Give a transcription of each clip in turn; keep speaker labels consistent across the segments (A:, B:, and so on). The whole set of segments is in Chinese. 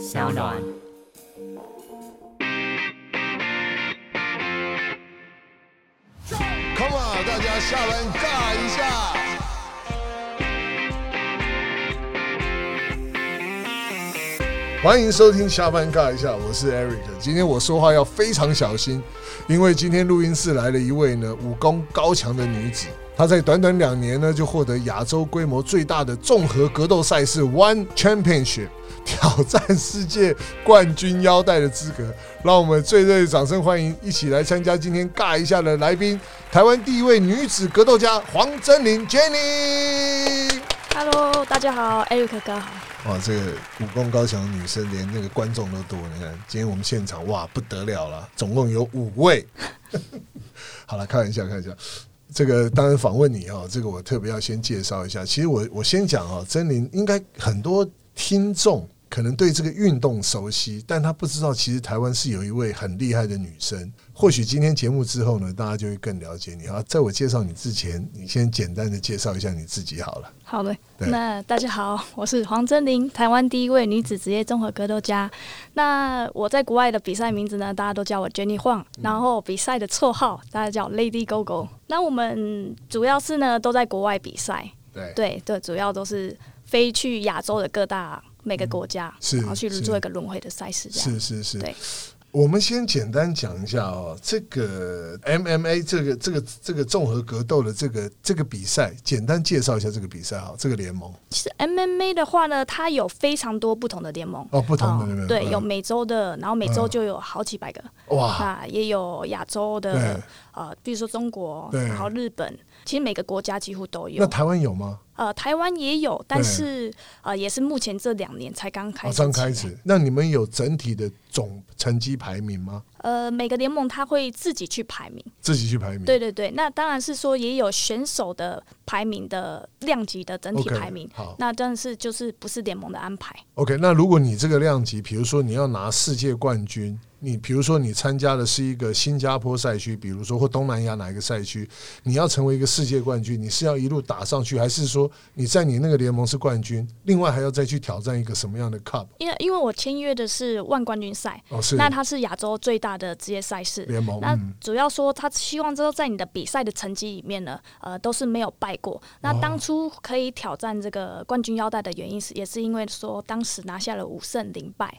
A: 小暖。
B: Come on，大家下班尬一下。欢迎收听下班尬一下，我是 Eric。今天我说话要非常小心，因为今天录音室来了一位呢武功高强的女子，她在短短两年呢就获得亚洲规模最大的综合格斗赛事 One Championship 挑战世界冠军腰带的资格。让我们最热烈掌声欢迎一起来参加今天尬一下的来宾，台湾第一位女子格斗家黄真玲 Jenny。
C: Hello，大家好，Eric 哥好。
B: 哇，哦这个武功高强的女生连那个观众都多，你看今天我们现场哇不得了了，总共有五位。 好了，开玩笑，开玩笑。这个当然访问你哦，这个我特别要先介绍一下。其实我我先讲哦，真玲应该很多听众可能对这个运动熟悉，但他不知道其实台湾是有一位很厉害的女生。或许今天节目之后呢，大家就会更了解你啊。在我介绍你之前，你先简单的介绍一下你自己好了。
C: 好的，
B: 对
C: 那大家好，我是黄真玲，台湾第一位女子职业综合格斗家。那我在国外的比赛名字呢，大家都叫我 Jenny Huang，然
B: 嗯
C: 后比赛的绰号大家叫 Lady Go Go。那我们主要是呢都在国外比赛，
B: 对
C: 对对，主要都是飞去亚洲的各大每个国家，
B: 嗯是
C: 然后去
B: 是
C: 做一个轮回的赛事，这样
B: 是是是，
C: 对
B: 我们先简单讲一下哦，这个 MMA 这个这个这个综合格斗的这个这个比赛，简单介绍一下这个比赛哈，这个联盟
C: 其实 MMA 的话呢，它有非常多不同的联盟。
B: 哦，不同的
C: 哦
B: 联盟、
C: 对，
B: 嗯
C: 有美洲的，然后美洲
B: 嗯
C: 就有啊好几百个，
B: 哇，
C: 那也有亚洲
B: 对
C: 的，呃，比如说中国，
B: 对
C: 然后日本，其实每个国家几乎都
B: 那
C: 有。
B: 台湾有吗？
C: 呃，台湾也有，但
B: 对
C: 是呃，也是目前这两年才刚开
B: 哦，
C: 始。
B: 刚开。始，那你们有整体的总成绩排名吗？
C: 呃，每个联盟它会自己去排名。
B: 自己去排名？
C: 对对对，那当然是说也有选手的排名的量级的整体
B: OK，
C: 排名。
B: 好
C: 那但是就是不是联盟的安排。
B: ，OK，那如果你这个量级，比如说你要拿世界冠军。你比如说，你参加的是一个新加坡赛区，比如说或东南亚哪一个赛区，你要成为一个世界冠军，你是要一路打上去，还是说你在你那个联盟是冠军，另外还要再去挑战一个什么样的 cup？
C: 因为因为我签约的是万冠军赛，
B: 哦，是
C: 那它是亚洲最大的职业赛事。
B: 联盟，
C: 那
B: 嗯，
C: 主要说，他希望之后在你的比赛的成绩里面呢，呃，都是没有败过。
B: 哦
C: 那当初可以挑战这个冠军腰带的原因是，也是因为说当时拿下了五胜零败，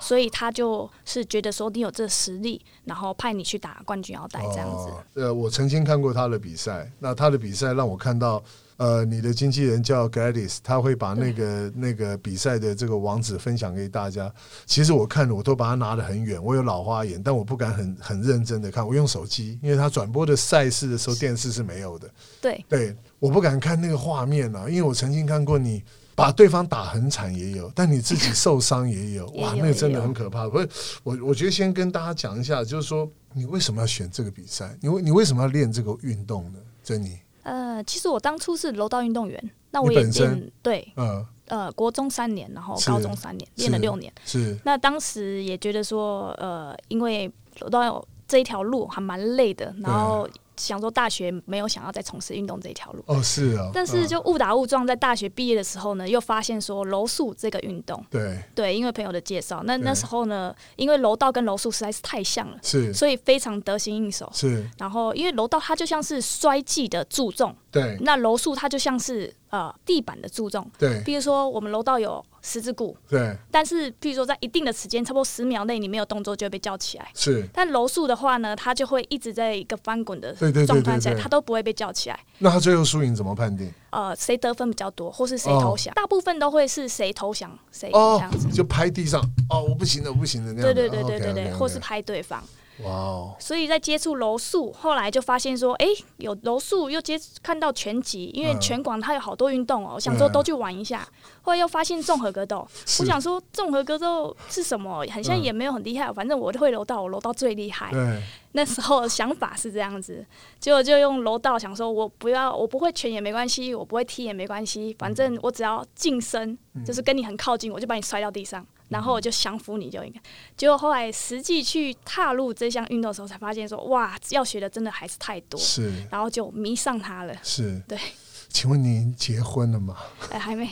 C: 所以他就是觉得说你有这实力，然后派你去打冠军腰带这样子。
B: 哦呃，我曾经看过他的比赛，那他的比赛让我看到，呃，你的经纪人叫 Gladys，他会把那
C: 嗯
B: 个那个比赛的这个网址分享给大家。其实我看了，我都把它拿得很远，我有老花眼，但我不敢很很认真的看，我用手机，因为他转播的赛事的时候电视是没有的。
C: 对，
B: 对，我不敢看那个画面啊，因为我曾经看过你把对方打很惨也有，但你自己受伤也 有，
C: 也
B: 哇，
C: 有
B: 那个真的很可怕。不是我，我觉得先跟大家讲一下，就是说你为什么要选这个比赛？你为你为什么要练这个运动呢？珍妮，
C: 呃，其实我当初是柔道运动员，那我
B: 你
C: 也
B: 本身
C: 练对，
B: 嗯，
C: 呃，国中三年，然后
B: 是
C: 高中三年，
B: 是
C: 练了六年。
B: 是
C: 那当时也觉得说，呃，因为柔道这一条路还蛮累的，然后想说大学没有想要再从事运动这一条路，
B: 哦，是啊，
C: 但是
B: 嗯、
C: 就误打误撞，在大学毕业的时候呢，又发现说柔术这个运动，
B: 对
C: 对，因为朋友的介绍，那
B: 对
C: 那时候呢，因为柔道跟柔术实在是太像了，
B: 是
C: 所以非常得心应手。
B: 是，
C: 然后，因为柔道它就像是摔技的注重，
B: 对
C: 那柔术它就像是呃地板的注重。
B: 对
C: 比如说，我们柔道有十字固，
B: 对
C: 但是，譬如说在一定的时间，差不多十秒内你没有动作就会被叫起来。
B: 是。
C: 但柔术的话呢，它就会一直在一个翻滚的
B: 对对对
C: 状态下
B: 对，对
C: 它都不会被叫起来。
B: 那他最后输赢怎么判定？
C: 呃，谁得分比较多，或是谁
B: 哦
C: 投降，大部分都会是谁投降谁赢这
B: 哦
C: 样子。，
B: 就拍地上哦，我不行了，我不行了那样哦的。
C: 对对对对对
B: o k
C: 对，或是拍对方。
B: 哇哦，
C: 所以在接触柔术，后来就发现说，哎、有柔术，又接看到拳击，因为
B: 嗯
C: 拳馆它有好多运动哦，我想说
B: 嗯
C: 都去玩一下。后来又发现综合格斗，
B: 是嗯
C: 我想说综合格斗是什么？好像也没有很厉害，反正我会柔道，我柔道最厉害。
B: 对
C: 那时候想法是这样子，结果就用柔道想说，我不要，我不会拳也没关系，我不会踢也没关系，反正我只要近身，
B: 嗯
C: 就是跟你很靠近，我就把你摔到地上，然后我就降服你就应该。结果后来实际去踏入这项运动的时候，才发现说，哇，要学的真的还是太多，
B: 是
C: 然后就迷上它了。
B: 是。
C: 对，呃
B: 请问您结婚了吗？
C: 哎，还没，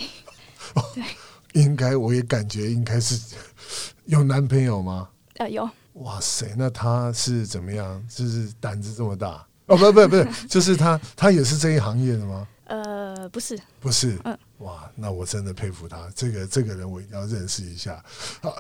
B: 应该我也感觉应该是有男朋友吗？
C: 呃，有
B: 哇塞，那他是怎么样？就是胆子这么大哦？不不不是，就是他他也是这一行业的吗？
C: 呃，不是，
B: 不是，
C: 嗯
B: 哇，那我真的佩服他，这个这个人我一定要认识一下。 好，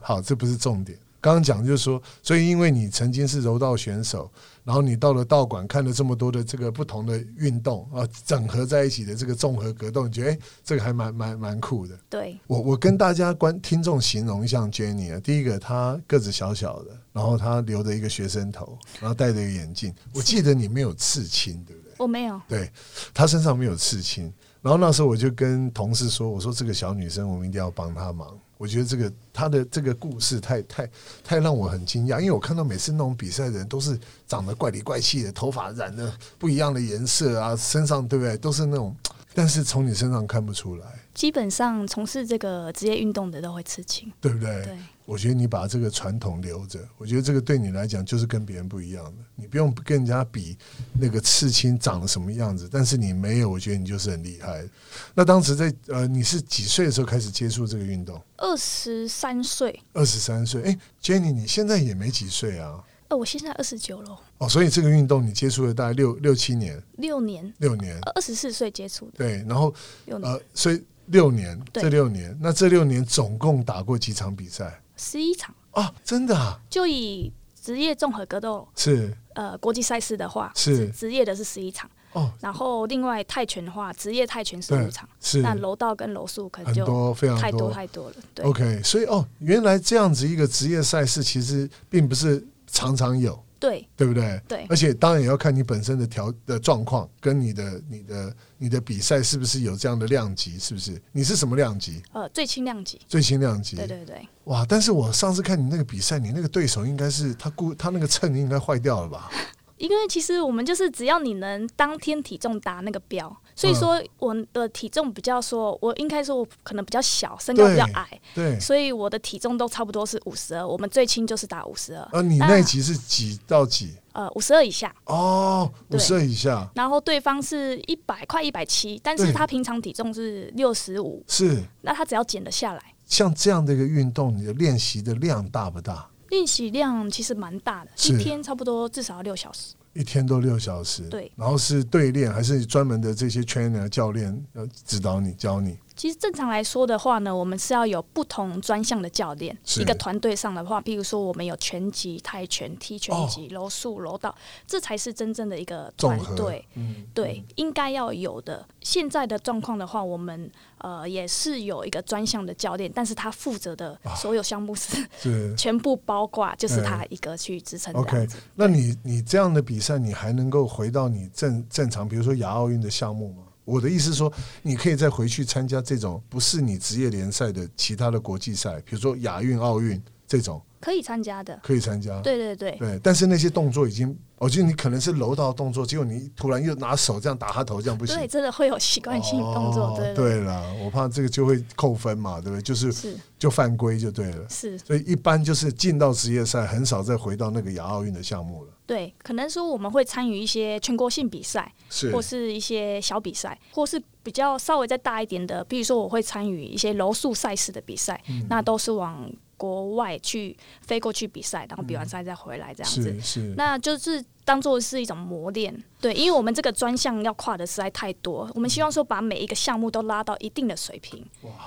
B: 好这不是重点。刚刚讲就是说，所以因为你曾经是柔道选手，然后你到了道馆看了这么多的这个不同的运动啊，整合在一起的这个综合格斗，你觉得哎、诶这个还蛮蛮蛮酷的。
C: 对，
B: 我我跟大家观听众形容一下 Jenny 啊，第一个她个子小小的，然后她留着一个学生头，然后戴着一个眼镜。我记得你没有刺青，对不对？
C: 我没有，
B: 对，她身上没有刺青。然后那时候我就跟同事说：“我说这个小女生，我们一定要帮她忙。我觉得这个她的这个故事太太太让我很惊讶，因为我看到每次那种比赛的人都是长得怪里怪气的，头发染的不一样的颜色啊，身上对不对都是那种，但是从你身上看不出来，
C: 基本上从事这个职业运动的都会刺青，
B: 对不对？”
C: 对，
B: 我觉得你把这个传统留着，我觉得这个对你来讲就是跟别人不一样的。你不用跟人家比那个刺青长得什么样子，但是你没有，我觉得你就是很厉害。那当时在呃，你是几岁的时候开始接触这个运动？
C: 二十三岁，
B: 二十三岁。哎，Jenny，你现在也没几岁啊？
C: 呃，我现在二十九了，
B: 哦，所以这个运动你接触了大概六六七年，
C: 六年，呃
B: 六年
C: 二十四岁接触的，
B: 对。然后
C: 六年，
B: 呃，所以六年，
C: 嗯对
B: 这六年，那这六年总共打过几场比赛
C: 十一场，
B: 啊？真的啊，
C: 就以职业综合格斗
B: 是
C: 呃国际赛事的话，
B: 是
C: 职业的是十一场，
B: 哦，
C: 然后另外泰拳的话，职业泰拳十
B: 对
C: 五场，
B: 是
C: 那柔道跟柔术可
B: 很
C: 能呃就
B: 多非常
C: 太多太多了，对
B: OK，所以哦，原来这样子一个职业赛事其实并不是常常有，
C: 对
B: 对不对？
C: 对
B: 而且当然也要看你本身的条的状况，跟你的你的你的比赛是不是有这样的量级，是不是？你是什么量级？
C: 呃最轻量级，
B: 最新量级？
C: 对对对，
B: 哇！但是我上次看你那个比赛，你那个对手应该是他故他那个秤应该坏掉了吧？
C: 因为其实我们就是只要你能当天体重达那个标，所
B: 嗯
C: 以说我的体重比较说，我应该说我可能比较小，身高比较矮，
B: 对。
C: 所以我的体重都差不多是五十二，我们最轻就是打五十二，
B: 啊，你
C: 当
B: 那一
C: 然
B: 集是几到几？
C: 呃五十二以下。
B: 哦，五
C: 对
B: 十二以下
C: 然后对方是一百快一百七，但
B: 对
C: 是他平常体重是六十五，
B: 是
C: 那他只要减得下来，
B: 像这样的一个运动，你的练习的量大不大？
C: 练习量其实蛮大的，
B: 是
C: 一天差不多至少要六小时。
B: 一天都六小时，
C: 对
B: 然后是对练还是专门的这些 trainer 教练呃指导你教你？
C: 其实正常来说的话呢，我们是要有不同专项的教练。
B: 是
C: 一个团队上的话，譬如说我们有拳击、泰拳、踢拳击、柔术、柔道，这才是真正的一个团
B: 哦综合
C: 队。
B: 嗯，
C: 对，应该要有的。现在的状况的话，我们呃也是有一个专项的教练，但是他负责的
B: 啊
C: 所有项目是、
B: 是
C: 全部包挂，就是他一个去支撑这
B: OK
C: 样子。。
B: 那你你这样的比赛，你还能够回到你正正常，比如说亚奥运的项目吗？我的意思是说，你可以再回去参加这种不是你职业联赛的其他的国际赛，比如说亚运、奥运这种
C: 可以参加的。
B: 可以参加。
C: 对对对，
B: 对，但是那些动作已经，我觉得你可能是柔道动作，结果你突然又拿手这样打他头，这样不行。
C: 对，真的会有习惯性动作，
B: 哦
C: 对对
B: 对了，我怕这个就会扣分嘛，对不对？就是
C: 是
B: 就犯规就对了。
C: 是，
B: 所以一般就是进到职业赛，很少再回到那个亚奥运的项目了。
C: 对，可能说我们会参与一些全国性比赛，
B: 是
C: 或是一些小比赛，或是比较稍微再大一点的，比如说我会参与一些柔术赛事的比赛，
B: 嗯
C: 那都是往国外去飞过去比赛，然后比完赛再回来这样子。
B: 嗯是是，
C: 那就是当做是一种磨练，对，因为我们这个专项要跨的实在太多，我们希望说把每一个项目都拉到一定的水平，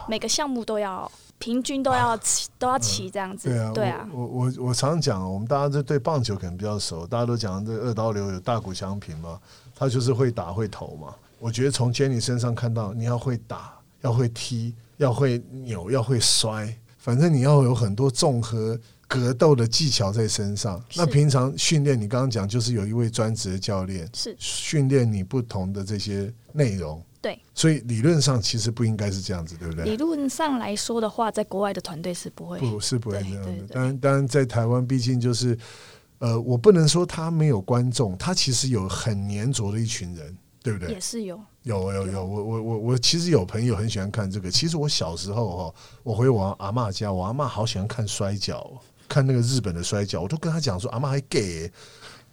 C: 每个项目都要平均都要齐、都要齐这样子，
B: 对啊，
C: 对啊，
B: 我我我我常讲，我们大家都对棒球可能比较熟，大家都讲这个二刀流有大谷翔平嘛，他就是会打会投嘛。我觉得从 Jenny 身上看到，你要会打，要会踢，要会扭，要会摔，反正你要有很多综合格斗的技巧在身上。
C: 是
B: 那平常训练，你刚刚讲就是有一位专职的教练
C: 是
B: 训练你不同的这些内容，
C: 对。
B: 所以理论上其实不应该是这样子，对不对？
C: 理论上来说的话，在国外的团队是不会，
B: 不是不会
C: 对
B: 这样
C: 对
B: 的。
C: 对
B: 当然，当然在台湾，毕竟就是，呃，我不能说他没有观众，他其实有很粘着的一群人，对不
C: 也
B: 对？
C: 是有
B: 有有有，我我我我其实有朋友很喜欢看这个。其实我小时候哦，我回我阿嬷家，我阿嬷好喜欢看摔跤，看那个日本的摔跤，我都跟她讲说，阿嬷还 gay，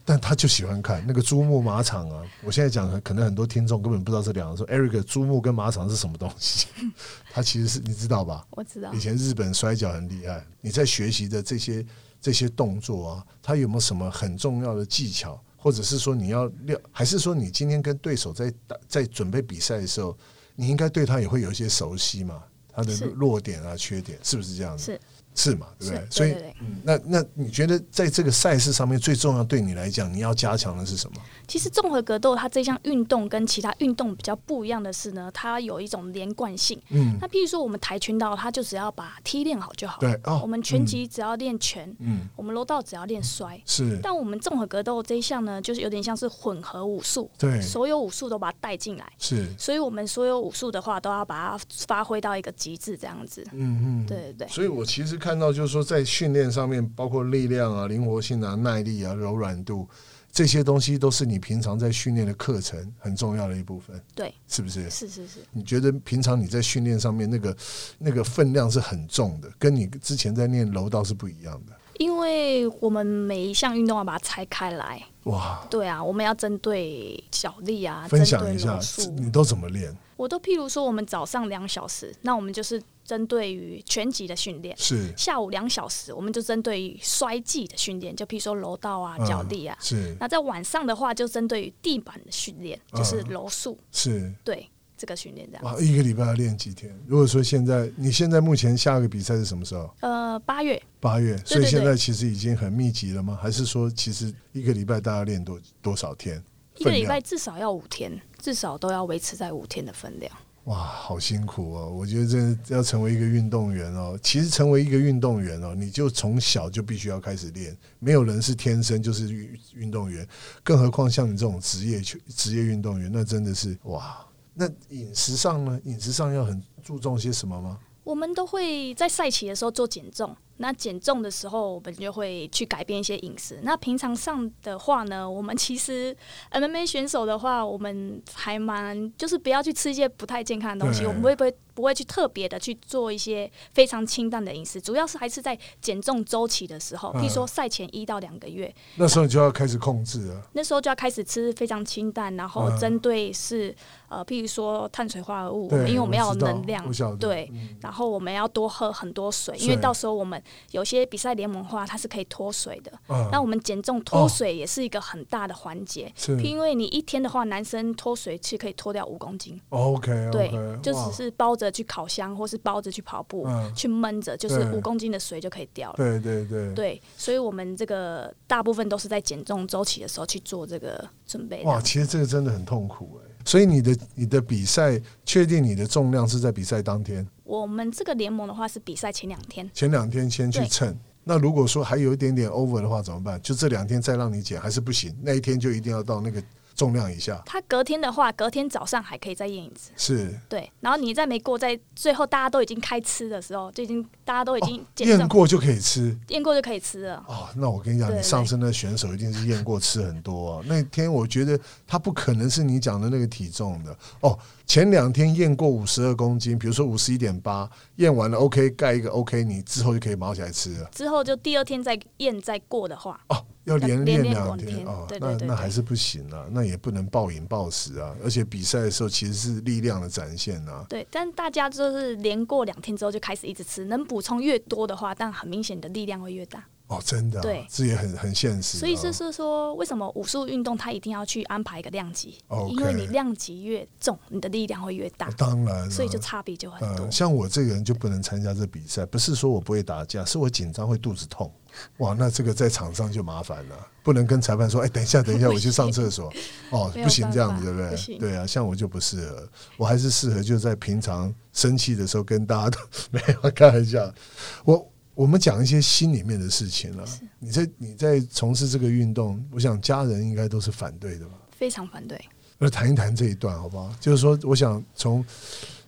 B: 但他就喜欢看那个珠穆马场啊。我现在讲，可能很多听众根本不知道这两个说 Eric 珠穆跟马场是什么东西。 他其实是你知道吧？
C: 我知道
B: 以。前日本摔跤很厉害，你在学习的这些这些动作啊，它有没有什么很重要的技巧，或者是说你要料，还是说你今天跟对手在打在准备比赛的时候，你应该对他也会有一些熟悉嘛？他的
C: 是
B: 弱点啊、缺点是不是这样子？
C: 是
B: 是嘛？对
C: 是，
B: 不对
C: 对？
B: 所以
C: 对，对
B: 那那你觉得在这个赛事上面最重要对你来讲，你要加强的是什么？
C: 其实综合格斗它这项运动跟其他运动比较不一样的是呢，它有一种连贯性。
B: 嗯，
C: 那譬如说我们跆拳道，它就只要把踢练好就好。
B: 对哦
C: 我们拳击只要练拳，
B: 嗯，
C: 我们柔道只要练摔。
B: 是，
C: 但我们综合格斗这一项呢，就是有点像是混合武术，
B: 对，
C: 所有武术都把它带进来。
B: 是，
C: 所以我们所有武术的话，都要把它发挥到一个极致，这样子。
B: 嗯嗯，
C: 对对对，
B: 所以我其实看到，就是说在训练上面，包括力量啊、灵活性啊、耐力啊、柔软度这些东西，都是你平常在训练的课程很重要的一部分，
C: 对，
B: 是不是？
C: 是是是，
B: 你觉得平常你在训练上面那个那个分量是很重的，跟你之前在练柔道是不一样的。
C: 因为我们每一项运动要把它拆开来。
B: 哇，
C: 对啊，我们要针对脚力啊，
B: 分
C: 针
B: 享
C: 对
B: 一下
C: 柔，术
B: 你都怎么练？
C: 我都譬如说，我们早上两小时，那我们就是针对于拳击的训练；
B: 是
C: 下午两小时，我们就针对于摔技的训练，就譬如说柔道啊、脚力啊
B: 嗯。是
C: 那在晚上的话，就针对于地板的训练，就是
B: 嗯
C: 柔术，
B: 是。
C: 对这个训练这样。
B: 哇，一个礼拜要练几天？如果说现在你现在目前下个比赛是什么时候？
C: 呃，八月
B: 八月，所以
C: 对
B: 现在其实已经很密集了吗？还是说其实一个礼拜大家练多多少天？
C: 一个
B: 分
C: 礼
B: 量
C: 拜至少要五天，至少都要维持在五天的分量。
B: 哇，好辛苦哦！我觉得真的要成为一个运动员哦，其实成为一个运动员哦，你就从小就必须要开始练，没有人是天生就是运运动员，更何况像你这种职业球职业运动员，那真的是哇！那饮食上呢？饮食上要很注重些什么吗？
C: 我们都会在赛期的时候做减重。那减重的时候，我们就会去改变一些饮食。那平常上的话呢，我们其实 MMA 选手的话，我们还蛮就是不要去吃一些不太健康的东西，
B: 对
C: 我们会不会不会去特别的去做一些非常清淡的饮食？主要是还是在减重周期的时候，
B: 嗯
C: 譬如说赛前一到两个月，
B: 那时候你就要开始控制了。
C: 那时候就要开始吃非常清淡，然后
B: 嗯
C: 针对是、呃，譬如说碳水化合物，
B: 对
C: 因为我们要有
B: 知道
C: 能量
B: 我，晓得
C: 对，
B: 嗯
C: 然后我们要多喝很多水，因为
B: 水
C: 到时候我们有些比赛联盟的话它是可以脱水的。
B: 嗯
C: 那我们减重脱水也是一个很大的环节，
B: 哦是
C: 因为你一天的话，男生脱水是可以脱掉五公斤，
B: 哎 OK，
C: 对就只是包着去烤箱或是包着去跑步，
B: 嗯
C: 去闷着，就是
B: 对
C: 五公斤的水就可以掉了。
B: 对对对
C: 对，所以我们这个大部分都是在减重周期的时候去做这个准备的。
B: 哇，其实这个真的很痛苦哎、所以你的你的比赛，确定你的重量是在比赛当天
C: 我们这个联盟的话是比赛前两天，
B: 前两天先去
C: 对
B: 称。那如果说还有一点点 over 的话怎么办？就这两天再让你减还是不行？那一天就一定要到那个重量以下。
C: 他隔天的话，隔天早上还可以再验一次。
B: 是
C: 对，然后你再没过，在最后大家都已经开吃的时候，就已经大家都已经减
B: 哦验
C: 重
B: 过就可以吃
C: 验过就可以吃了。
B: 哦。那我跟你讲，
C: 对
B: 你上次那选手一定是验过吃很多、哦。那天我觉得他不可能是你讲的那个体重的哦。前两天验过五十二公斤，比如说五十一点八，验完了 OK 盖一个 OK，你之后就可以毛起来吃了。
C: 之后就第二天再验再过的话，
B: 哦，要连练
C: 连练
B: 两
C: 两
B: 天
C: 天
B: 哦，
C: 对
B: 那
C: 对对
B: 那
C: 对
B: 还是不行啊，那也不能暴饮暴食啊，而且比赛的时候其实是力量的展现啊。
C: 对，但大家就是连过两天之后就开始一直吃，能补充越多的话，但很明显你的力量会越大。
B: 哦，真的、啊，
C: 对
B: 这也很很现实、啊。
C: 所以这是说，为什么武术运动它一定要去安排一个量级
B: OK
C: 因为你量级越重，你的力量会越大
B: 哦、，当然、啊，
C: 所以就差别就很多。
B: 呃，像我这个人就不能参加这比赛，不是说我不会打架，是我紧张会肚子痛。哇，那这个在场上就麻烦了，不能跟裁判说，哎、等一下， 等一下，我去上厕所。哦，
C: 没有
B: 不行这样子，
C: 办法
B: 对不
C: 不
B: 对？
C: 行
B: 对啊，像我就不适合，我还是适合就在平常生气的时候跟大家都 没有开玩笑。我我们讲一些心里面的事情了、你在你在从事这个运动，我想家人应该都是反对的吧？
C: 非常反对，
B: 来谈一谈这一段好不好？就是说，我想从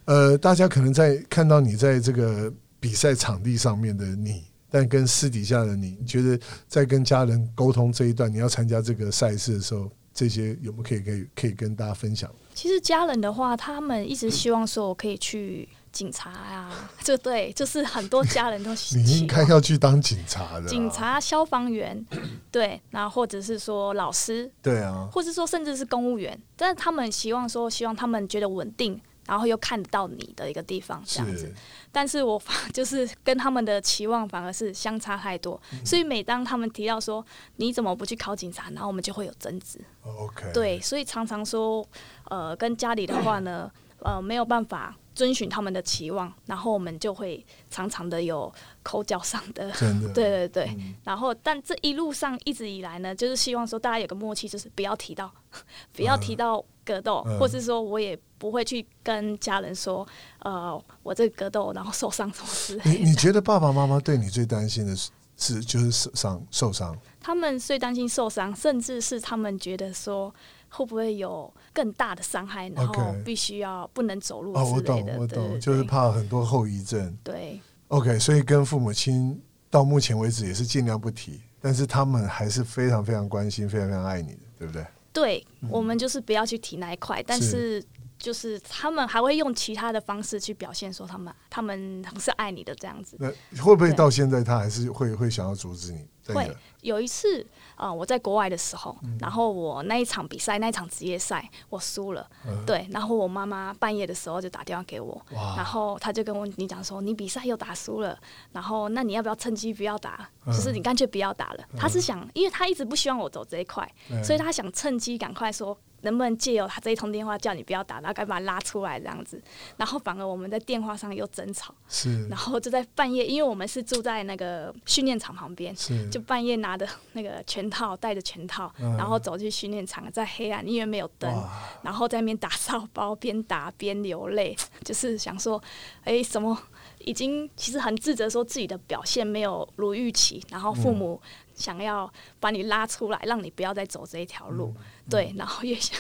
B: 呃，大家可能在看到你在这个比赛场地上面的你，但跟私底下的你，你觉得在跟家人沟通这一段，你要参加这个赛事的时候，这些有没有可以可以可以跟大家分享？
C: 其实家人的话，他们一直希望说我可以去警察啊， 就对，就是很多家人都
B: 你
C: 希
B: 应该要去当警察的啊、
C: 警察、消 防员，对，那或者是说老师，
B: 对啊，
C: 或是说甚至是公务员，但是他们希望说，希望他们觉得稳定，然后又看得到你的一个地方这样子
B: 是。
C: 但是我发 就是跟他们的期望反而是相差太多，所以每当他们提到说你怎么不去考警察，然后我们就会有争执。
B: 嗯哦 OK，
C: 对，所以常常说，呃，跟家里的话呢， 呃，没有办法遵循他们的期望，然后我们就会常常的有口角上的。
B: 真的，
C: 对对对，
B: 嗯
C: 然后但这一路上一直以来呢，就是希望说大家有个默契，就是不要提到， 不要提到格斗，
B: 嗯
C: 或是说我也不会去跟家人说，呃，我这个格斗然后受伤什么之类
B: 你
C: 的。
B: 你觉得爸爸妈妈对你最担心的是是就是受伤受伤？
C: 他们最担心受伤，甚至是他们觉得说会不会有更大的伤害，然后
B: OK
C: 必须要不能走路
B: 哦，我
C: 之类
B: 懂
C: 的。
B: 我
C: 对对
B: 懂，
C: 对
B: 就是怕很多后遗症。
C: 对
B: OK，所以跟父母亲到目前为止也是尽量不提，但是他们还是非常非常关心，非常非常爱你的，对不对？
C: 对，我们就是不要去提那一块，但
B: 是
C: 是。就是他们还会用其他的方式去表现，说他们他们是爱你的这样子。
B: 那会不会
C: 对
B: 到现在他还是会会想要阻止你？对
C: 会
B: 的，嗯
C: 有一次，呃，我在国外的时候，然后我那一场比赛，那一场职业赛，我输了，
B: 嗯
C: 对，然后我妈妈半夜的时候就打电话给我，
B: 哇
C: 然后她就跟我你讲说，你比赛又打输了，然后那你要不要趁机不要打，
B: 嗯
C: 就是你干脆不要打了。她是想，因为她一直不希望我走这一块，
B: 嗯
C: 所以她想趁机赶快说。能不能借由她这一通电话叫你不要打，然后赶快把她拉出来这样子，然后反而我们在电话上又争吵，
B: 是
C: 然后就在半夜，因为我们是住在那个训练场旁边，
B: 是
C: 就半夜拿着那个拳套，戴着拳套，
B: 嗯
C: 然后走去训练场，在黑暗，因为没有灯
B: 哇，
C: 然后在那边打扫包，边打边流泪，就是想说，哎、什么已经其实很自责，说自己的表现没有如预期，然后
B: 嗯
C: 父母想要把你拉出来，让你不要再走这一条路，对，然后越想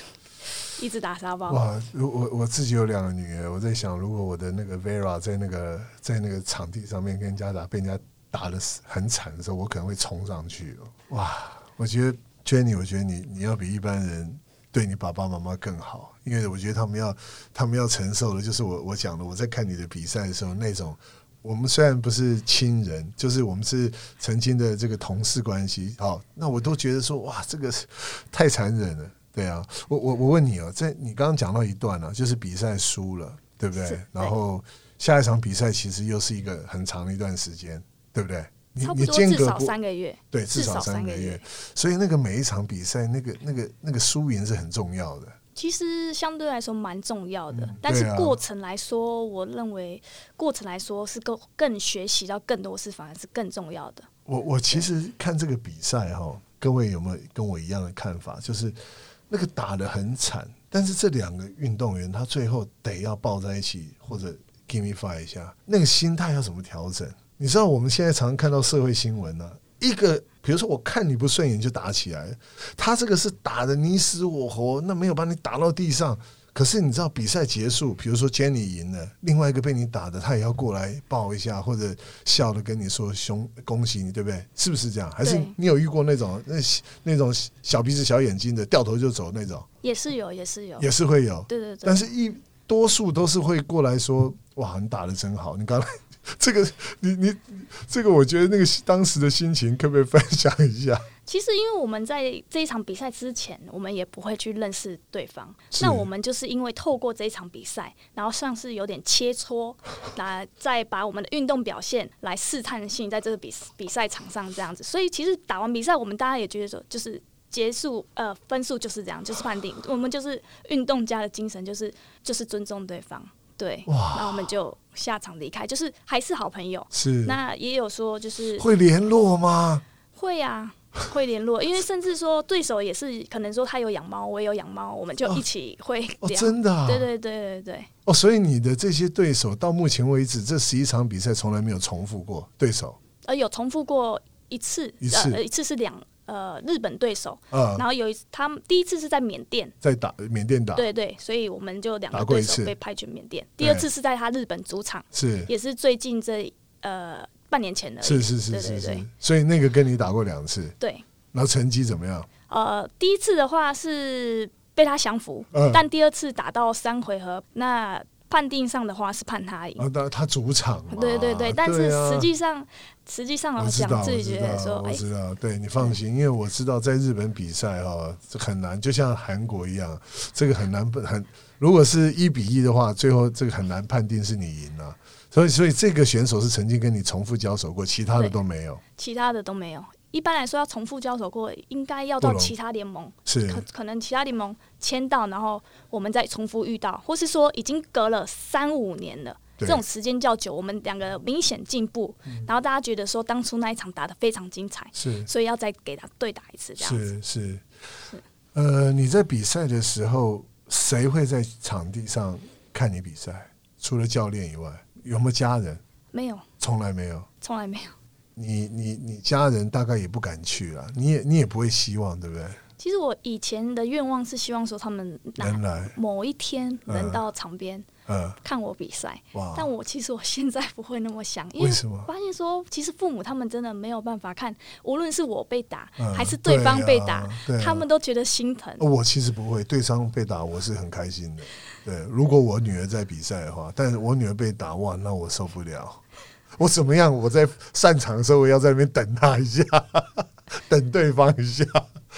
C: 一直打沙包，
B: 嗯哇！如我我自己有两个女儿，我在想，如果我的那个 Vera 在那个在那个场地上面跟人家打，被人家打的很惨的时候，我可能会冲上去哦。哇！我觉得 Jenny，我觉得你你要比一般人对你爸爸妈妈更好，因为我觉得他们要他们要承受的就是我我讲的，我在看你的比赛的时候那种。我们虽然不是亲人，就是我们是曾经的这个同事关系。好，那我都觉得说，哇，这个是太残忍了。对啊，我我我问你哦，在你刚刚讲到一段啊，就是比赛输了，对不
C: 是
B: 对
C: 对？
B: 然后下一场比赛其实又是一个很长的一段时间，对不对？你
C: 差不
B: 你
C: 多
B: 间
C: 至
B: 隔
C: 少
B: 过
C: 三个月，
B: 对至
C: 至
B: 少
C: 少
B: 三
C: 三
B: 个
C: 个
B: 月
C: 月，
B: 所以那个每一场比赛，那个那个那个输赢是很重要的。
C: 其实相对来说蛮重要的，
B: 嗯
C: 但
B: 对
C: 是
B: 啊
C: 过程来说，我认为过程来说是更更学习到更多事，反而是更重要的。
B: 我我其实看这个比赛哈，各位有没有跟我一样的看法？就是那个打得很惨，但是这两个运动员他最后得要抱在一起，或者 give me five 一下，那个心态要怎么调整？你知道我们现在常看到社会新闻呢、啊一个比如说我看你不顺眼就打起来，他这个是打的你死我活，那没有把你打到地上。可是你知道比赛结束，比如说 Jenny 赢了，另外一个被你打的，他也要过来抱一下，或者笑着跟你说“兄，恭喜你”，对不对？是不是这样？还是
C: 对
B: 你有遇过那种那那种小鼻子小眼睛的，掉头就走那种，
C: 也是有，也是有，
B: 也是会有。
C: 对对对
B: 但。是一多数都是会过来说：“哇，你打的真好！”你刚才这个， 你你这个，我觉得那个当时的心情，可不可以分享一下？
C: 其实因为我们在这一场比赛之前，我们也不会去认识对方，
B: 是
C: 那我们就是因为透过这一场比赛，然后像是有点切磋，来再把我们的运动表现来试探性在这个比比赛场上这样子。所以其实打完比赛，我们大家也觉得说，就是结束呃分数就是这样，就是判定。我们就是运动家的精神，就是就是尊重对方。对，
B: 哇
C: 那我们就下场离开，就是还是好朋友。
B: 是
C: 那也有说就是
B: 会联络吗？
C: 会啊，会联络，因为甚至说对手也是可能说他有养猫，我也有养猫，我们就一起会
B: 哦，
C: 聊。
B: 真的、啊，
C: 对对对对对，
B: 哦，所以你的这些对手到目前为止，这十一场比赛从来没有重复过对手
C: 呃，有重复过一次，
B: 一次
C: 呃，一次是两呃日本对手，
B: 啊、
C: 然后有一次他们第一次是在缅甸，
B: 在打缅甸打，
C: 对对，所以我们就两
B: 打啊
C: 个
B: 过
C: 对
B: 一次
C: 手被派去缅甸。第二次是在他日本主场，
B: 是
C: 也是最近这呃半年前的，
B: 是是是
C: 对
B: 是
C: 对
B: 是
C: 对，
B: 所以那个跟你打过两次，
C: 对，
B: 然后成绩怎么样？
C: 呃，第一次的话是被他降服，
B: 嗯
C: 但第二次打到三回合，那判定上的话是判他赢。
B: 啊，那他主场嘛，
C: 对对对，但是
B: 对啊
C: 实际上，实际上
B: 我
C: 来
B: 知
C: 讲
B: 道，，
C: 自己觉得说，
B: 我
C: 哎，
B: 知道，我知道对你放心，因为我知道在日本比赛哦，这很难，就像韩国一样，这个很难不很，如果是一比一的话，最后这个很难判定是你赢了、啊所以，所以这个选手是曾经跟你重复交手过，其他的
C: 对
B: 都没有。
C: 其他的都没有。一般来说，要重复交手过，应该要到
B: 不容
C: 其他联盟，
B: 是
C: 可可能其他联盟签到，然后我们再重复遇到，或是说已经隔了三五年了，
B: 对嗯
C: 这种时间较久，我们两个明显进步，然后大家觉得说当初那一场打得非常精彩，
B: 是
C: 所以要再给他对打一次这样子。
B: 是是，呃，你在比赛的时候，谁会在场地上看你比赛？除了教练以外，有没有家人？
C: 没有，
B: 从来没有。
C: 从来没有。
B: 你你你家人大概也不敢去了，你也你也不会希望，对不对？
C: 其实我以前的愿望是希望说他们
B: 能
C: 哪
B: 来，
C: 某一天
B: 嗯
C: 能到场边
B: 嗯，
C: 看我比赛，
B: 哇，
C: 但我其实我现在不会那么想，因
B: 为
C: 为
B: 什么
C: 发现说，其实父母他们真的没有办法看，无论是我被打、
B: 嗯
C: 还是对方被打，
B: 对啊对哦啊
C: 他们都觉得心疼。
B: 呃我其实不会，对方被打我是很开心的。对，如果我女儿在比赛的话，但是我女儿被打哇，那我受不了。我怎么样？我在散场的时候，我要在那边等她一下， 等对方一下。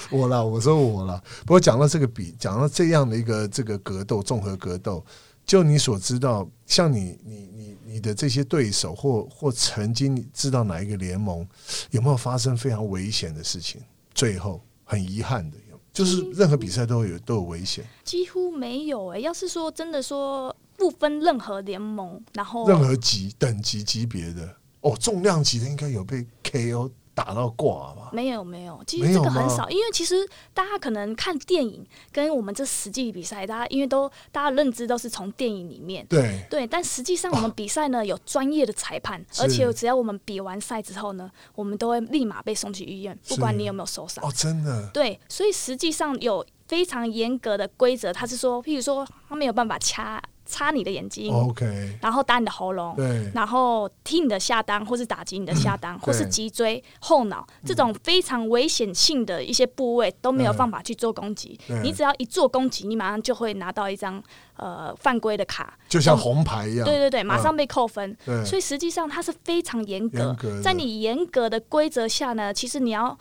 B: 我啦，我说我啦。不过讲到这个比，讲到这样的一个这个格斗，综合格斗，就你所知道，像你、你、你、你的这些对手，或或曾经知道哪一个联盟，有没有发生非常危险的事情？最后很遗憾的，有就是任何比赛都有都有危险，
C: 几乎没有哎、要是说真的说不分任何联盟，然后
B: 任何级等级级别的哦，重量级的应该有被 KO 打到挂吧？
C: 没有没有，其
B: 啊没
C: 实这
B: 有
C: 个很
B: 吗
C: 少，因为其实大家可能看电影跟我们这实际比赛，大家因为都大家认知都是从电影里面。
B: 对，
C: 对，但实际上我们比赛呢、有专业的裁判，
B: 是
C: 而且只要我们比完赛之后呢，我们都会立马被送去医院，不管
B: 是
C: 你有没有受伤。
B: 哦，真的
C: 对，所以实际上有非常严格的规则，他是说，譬如说他没有办法掐插你的眼睛，
B: 哦，OK，
C: 然后打你的喉咙，
B: 对，嗯
C: 然后踢你的下裆，或是打击你的下裆，或是
B: 对
C: 脊椎、后脑这种非常危险性的一些部位都没有
B: 嗯
C: 办法去做攻击。
B: 对
C: 你只要一做攻击，你马上就会拿到一张呃犯规的卡，
B: 就像红牌一样，嗯
C: 嗯对对对，马上被扣分。
B: 对
C: 所以实际上它是非常严格，
B: 严格的
C: 在你严格的规则下呢，其实你要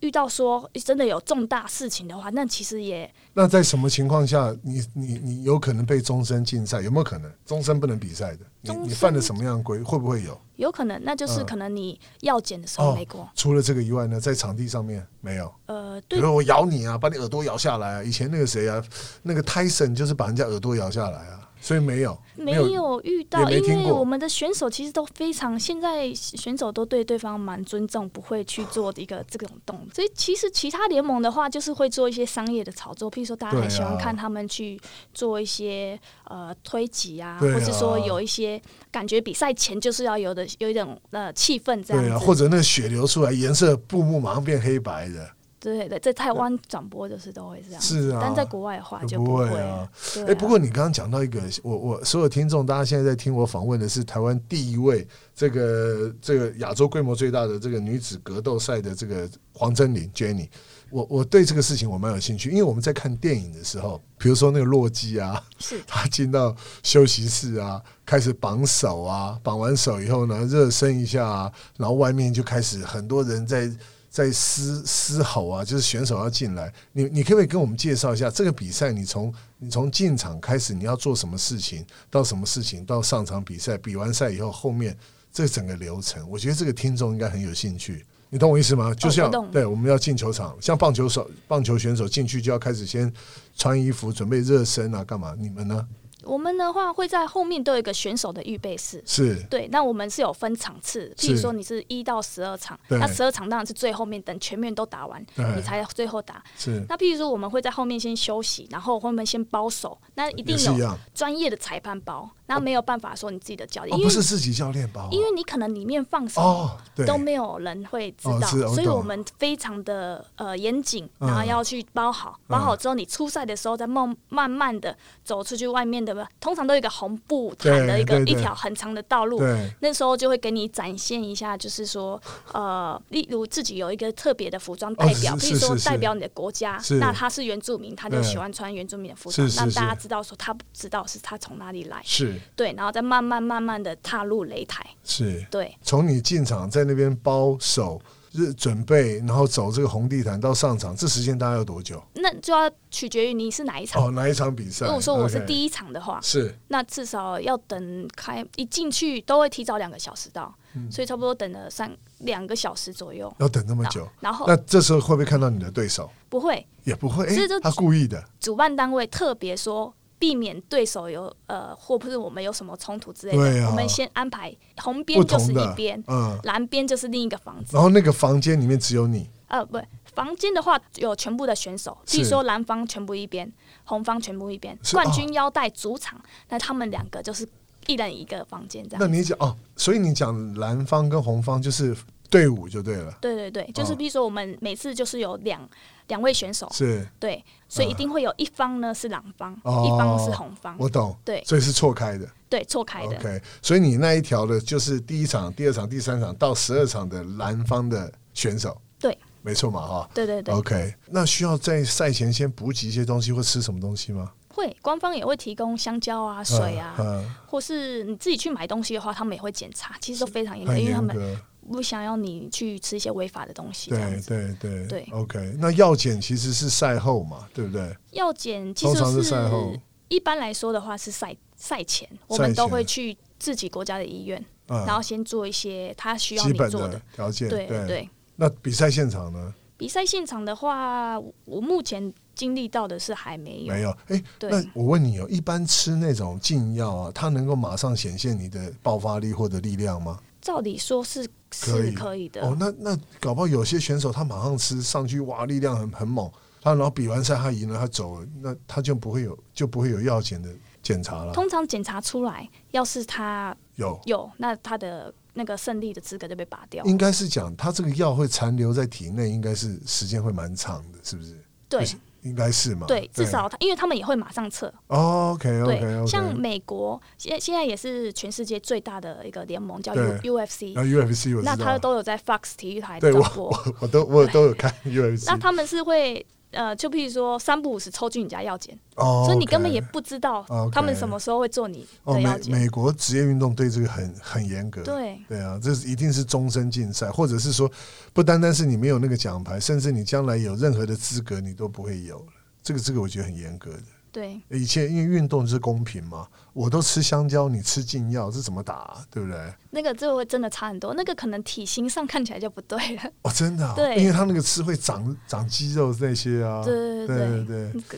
C: 遇到说真的有重大事情的话，那其实也
B: 那在什么情况下，你你你有可能被终身禁赛？有没有可能终身不能比赛的？你
C: 终身
B: 你犯了什么样的规？会不会有？
C: 有可能，那就是
B: 嗯
C: 可能你药检的时候
B: 哦
C: 没过，，
B: 除了这个以外呢，在场地上面没有。
C: 呃，
B: 比
C: 对
B: 如说我咬你啊，把你耳朵咬下来啊。以前那个谁啊，那个 Tyson 就是把人家耳朵咬下来啊，所以没有，
C: 没
B: 有，
C: 有遇
B: 也
C: 到，
B: 没
C: 因
B: 听
C: 为
B: 过
C: 我们的选手其实都非常，现在选手都对对方蛮尊重，不会去做一个这种动。所以其实其他联盟的话，就是会做一些商业的炒作，譬如说大家
B: 对啊
C: 很喜欢看他们去做一些呃推挤啊，
B: 对啊
C: 或是说有一些感觉比赛前就是要有的有一种呃气氛这样
B: 对
C: 子。
B: 啊，或者那个血流出来，颜色布幕马上变黑白的，
C: 对对对，在台湾转播就是都会这样子，
B: 是啊
C: 但在国外的话
B: 就
C: 就
B: 不会
C: 会
B: 啊
C: 了。对
B: 哎、
C: 啊
B: 不过你刚刚讲到一个，我我所有听众，大家现在在听我访问的是台湾第一位这个这个亚洲规模最大的这个女子格斗赛的这个黄真玲 Jenny。我我对这个事情我蛮有兴趣，因为我们在看电影的时候，比如说那个洛基啊，
C: 是
B: 他进到休息室啊，开始绑手啊，绑完手以后呢，热身一下啊，然后外面就开始很多人在在嘶嘶吼啊，就是选手要进来。你你可不可以跟我们介绍一下这个比赛？你从你从进场开始，你要做什么事情，到什么事情，到上场比赛，比完赛以后，后面这整个流程，我觉得这个听众应该很有兴趣。你懂我意思吗？就像、
C: 我懂
B: 对，我们要进球场，像棒球手、棒球选手进去就要开始先穿衣服，准备热身啊，干嘛？你们呢？
C: 我们的话会在后面都有一个选手的预备室。
B: 是
C: 对，那我们是有分场次，
B: 是
C: 譬如说你是一到十二场，
B: 对
C: 那十二场当然是最后面等全面都打完
B: 对，
C: 你才最后打。
B: 是，
C: 那譬如说我们会在后面先休息，然后后面先包手，那一
B: 也
C: 定
B: 是一
C: 有
B: 样
C: 专业的裁判包，然后没有办法说你自己的教练，
B: 哦，
C: 因
B: 不
C: 为
B: 是自己教练吧？
C: 因为你可能里面放什么
B: 哦，对，
C: 都没有人会知
B: 哦
C: 道，
B: 是我
C: 所以
B: 懂
C: 我们非常的呃严谨，
B: 嗯
C: 然后要去包好，
B: 嗯
C: 包好之后你初赛的时候再慢慢慢的走出去外面的，通常都有一个红布毯的
B: 对
C: 一个
B: 对对
C: 一条很长的道路。
B: 对，
C: 那时候就会给你展现一下，就是说，呃，例如自己有一个特别的服装代表，
B: 哦是
C: 比如说
B: 是是
C: 代表你的国家
B: 是，
C: 那他是原住民，他就
B: 对
C: 喜欢穿原住民的服装
B: 是，是
C: 让大家
B: 是
C: 知道说他不知道是他从哪里来，
B: 是
C: 对，然后再慢慢慢慢的踏入擂台，
B: 是。
C: 对，
B: 从你进场在那边包手、日准备，然后走这个红地毯到上场，这时间大概要多久？
C: 那就要取决于你是哪一场。
B: 哦，哪一场比赛？
C: 如果说我是
B: OK
C: 第一场的话，
B: 是
C: 那至少要等开一进去都会提早两个小时到，所以差不多等了三两个小时左右。
B: 要等嗯那么久，
C: 然后
B: 那这时候会不会看到你的对手？
C: 不会，
B: 也不会，哎、
C: 这就
B: 他故意的，
C: 主办单位特别说。避免对手有呃，或不是我们有什么冲突之类
B: 对
C: 的，
B: 啊
C: 我们先安排红边
B: 不
C: 就是
B: 同
C: 一
B: 的，
C: 边，
B: 嗯。哦
C: 蓝边就是另一个房子。
B: 然后那个房间里面只有你，
C: 呃，不，房间的话有全部的选手，
B: 是
C: 譬如说蓝方全部一边，红方全部一边，
B: 是
C: 冠军腰带主场，那他们两个就是一人一个房间这
B: 那
C: 样。
B: 你讲哦，所以你讲蓝方跟红方就是队伍就对了，
C: 对对对，就是
B: 哦
C: 比如说我们每次就是有两两位选手，
B: 是嗯
C: 对，所以一定会有一方呢是朗方，
B: 哦
C: 一方是红方，
B: 我懂，
C: 嗯对
B: 所以是错开的
C: 对，错开的。
B: ，OK，所以你那一条的就是第一场、第二场、第三场到十二场的蓝方的选手，
C: 对，
B: 没错嘛，哈，
C: 对对对，
B: OK，那需要在赛前先补给一些东西或吃什么东西吗？
C: 会官方也会提供香蕉啊、水啊，
B: 嗯
C: 或是你自己去买东西的话，他们也会检查，其实都非常严
B: 嗯
C: 格，
B: 很
C: 因为他
B: 严
C: 们
B: 格。
C: 不想要你去吃一些违法的东西这样
B: 对
C: 子。
B: 对对
C: 对
B: OK，那药检其实是赛后嘛，对不对？
C: 药检其
B: 通
C: 实
B: 常
C: 是
B: 赛后，
C: 一般来说的话是赛赛前，我们都会去自己国家的医院，
B: 嗯，
C: 然后先做一些他需要
B: 基
C: 你
B: 本
C: 做
B: 的
C: 的。
B: 条件。
C: 对
B: 对。
C: 对，
B: 那比赛现场呢？
C: 比赛现场的话，我我目前经历到的是还没有。
B: 没有。哎，
C: 对
B: 那我问你哦，一般吃那种禁药啊，它能够马上显现你的爆发力或者力量吗？
C: 照理说是
B: 可
C: 是
B: 以
C: 可以的，
B: 哦，那那搞不好有些选手他马上吃上去，哇，力量很很猛。他然后比完赛他赢了，他走了，那他就不会有就不会有药检的检查了。
C: 通常检查出来，要是他
B: 有，
C: 有，那他的那个胜利的资格就被拔掉。
B: 应该是讲他这个药会残留在体内，应该是时间会蛮长的，是不是？
C: 对
B: 就是应该是嘛。
C: 对，至少他，因为他们也会马上测。
B: 哦 OK
C: 对
B: OK OK。
C: 像美国现现在也是全世界最大的一个联盟，叫
B: 对
C: U UFC，
B: 那 UFC 我知道
C: 那他都有在 Fox 体育台
B: 对
C: 转
B: 我
C: 播。
B: 我我都我都有看 UFC。
C: 那他们是会呃，就譬如说三不五时抽去你家药检，
B: 哦，
C: 所以你根本
B: OK
C: 也不知道
B: OK
C: 他们什么时候会做你
B: 哦，
C: 的药
B: 美
C: 检。
B: 美国职业运动对这个很很严格。
C: 对
B: 对啊，这是一定是终身竞赛，或者是说，不单单是你没有那个奖牌，甚至你将来有任何的资格，你都不会有了。这个这个，我觉得很严格的。
C: 对
B: 以前因为运动是公平嘛，我都吃香蕉，你吃禁药，这怎么打啊、对不对？
C: 那个就会真的差很多，那个可能体型上看起来就不对了。
B: 哦，真的、啊，
C: 对
B: 因为他那个吃会长长肌肉那些啊。
C: 对对
B: 对
C: 对
B: 对
C: 那个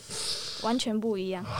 C: 完全不一样。
B: 啊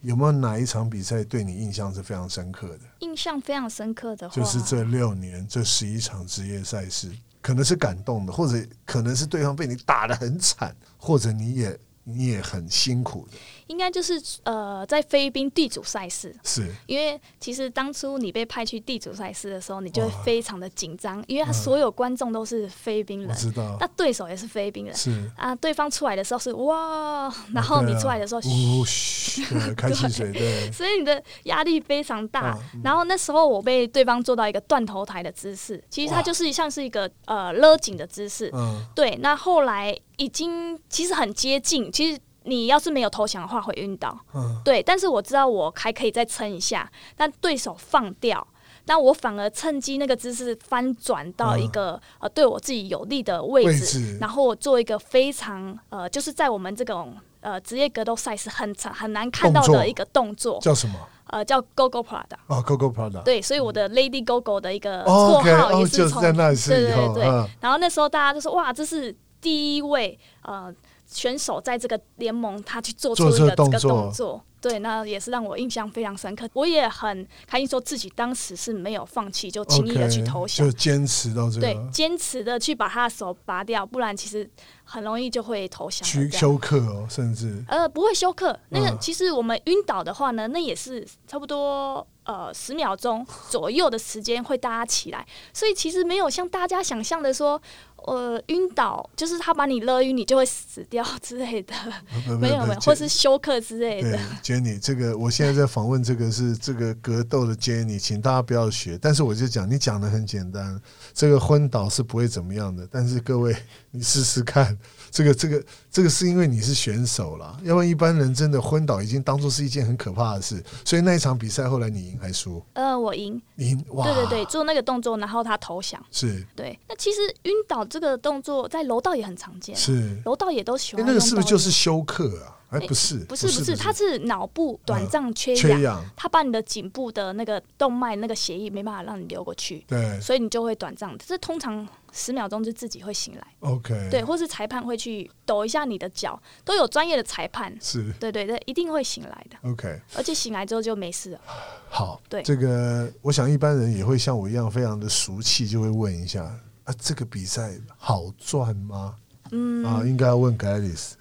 B: 有没有哪一场比赛对你印象是非常深刻的？
C: 印象非常深刻的话，
B: 就是这六年这十一场职业赛事，可能是感动的，或者可能是对方被你打得很惨，或者你也你也很辛苦的，
C: 应该就是呃，在菲律宾地主赛事。
B: 是
C: 因为其实当初你被派去地主赛事的时候，你就
B: 哇嗯
C: 会非常的紧张，因为他所有观众都是菲律宾
B: 我
C: 人，
B: 知道
C: 那，对手也是菲律宾人
B: 是。
C: 啊。对方出来的时候是哇，然后你出来的时候，
B: 对啊呜嘘，对，开心 水，对，
C: 所以你的压力非常大
B: 啊。
C: 然后那时候我被对方做到一个断头台的姿势，其实
B: 哇
C: 它就是像是一个呃勒紧的姿势，
B: 嗯，
C: 对，那后来已经其实很接近，其实你要是没有投降的话会晕倒，
B: 嗯
C: 对。但是我知道我还可以再撑一下，但对手放掉，那我反而趁机那个姿势翻转到一个、呃对我自己有利的位置，
B: 嗯位置
C: 然后我做一个非常呃就是在我们这种呃职业格斗赛事很常很难看到
B: 动作
C: 的一个动作，
B: 叫什么？
C: 呃叫 Go Go Prada。
B: 哦，Coco Prada，
C: 对，所以我的 Lady Go Go 的一个
B: 嗯哦
C: 绰
B: ，OK，
C: 号也
B: 哦，
C: 是
B: 就是
C: 从
B: 在那一次
C: 对
B: 以
C: 对
B: 后，
C: 对
B: 嗯，
C: 然后那时候大家就说：“哇，这是第一位呃选手在这个联盟他去做出
B: 做
C: 一
B: 这个
C: 个这
B: 动
C: 个
B: 作
C: 动作。”对，那也是让我印象非常深刻。我也很开心，说自己当时是没有放弃，就轻易的去投
B: OK，
C: 降
B: 就坚持到这
C: 对，
B: 个
C: 坚持的去把他的手拔掉，不然其实很容易就会投降了
B: 去
C: 这样。
B: 休克哦，甚至
C: 呃，不会休克。那个
B: 嗯
C: 其实我们晕倒的话呢，那也是差不多呃十秒钟左右的时间会大家起来，所以其实没有像大家想象的说，呃，晕倒就是他把你勒晕，你就会死掉之 类的，
B: 呃不不不
C: 没有没有，
B: 不
C: 或是休克之类的
B: 对。，Jenny，这个我现在在访问这个是这个格斗的 Jenny，请大家不要学。但是我就讲，你讲的很简单，这个昏倒是不会怎么样的。但是各位，你试试看，这个这个这个是因为你是选手啦，要不然一般人真的昏倒已经当做是一件很可怕的事。所以那一场比赛后来你赢还输？
C: 呃，我赢，
B: 你赢哇！
C: 对对对，，做那个动作，然后他投降。
B: 是
C: 对，那其实晕倒这个动作在柔道也很常见，
B: 是。
C: 柔道也都喜
B: 哎，
C: 欢、
B: 那个是不是就是休克啊？哎，不是，哎
C: 不是不是，它是脑部短暂缺
B: 缺
C: 氧，
B: 氧。
C: 它把你的颈部的那个动脉那个血液没办法让你流过去，
B: 对
C: 所以你就会短暂。这通常十秒钟就自己会醒来，
B: ，OK，
C: 对，，或是裁判会去抖一下你的脚，都有专业的裁判，
B: 是
C: 对对对，一定会醒来的，
B: OK。
C: 而且醒来之后就没事了。
B: 好，
C: 对
B: 这个，我想一般人也会像我一样非常的俗气，就会问一下啊，这个比赛好赚吗？嗯啊，应该要问 Galis。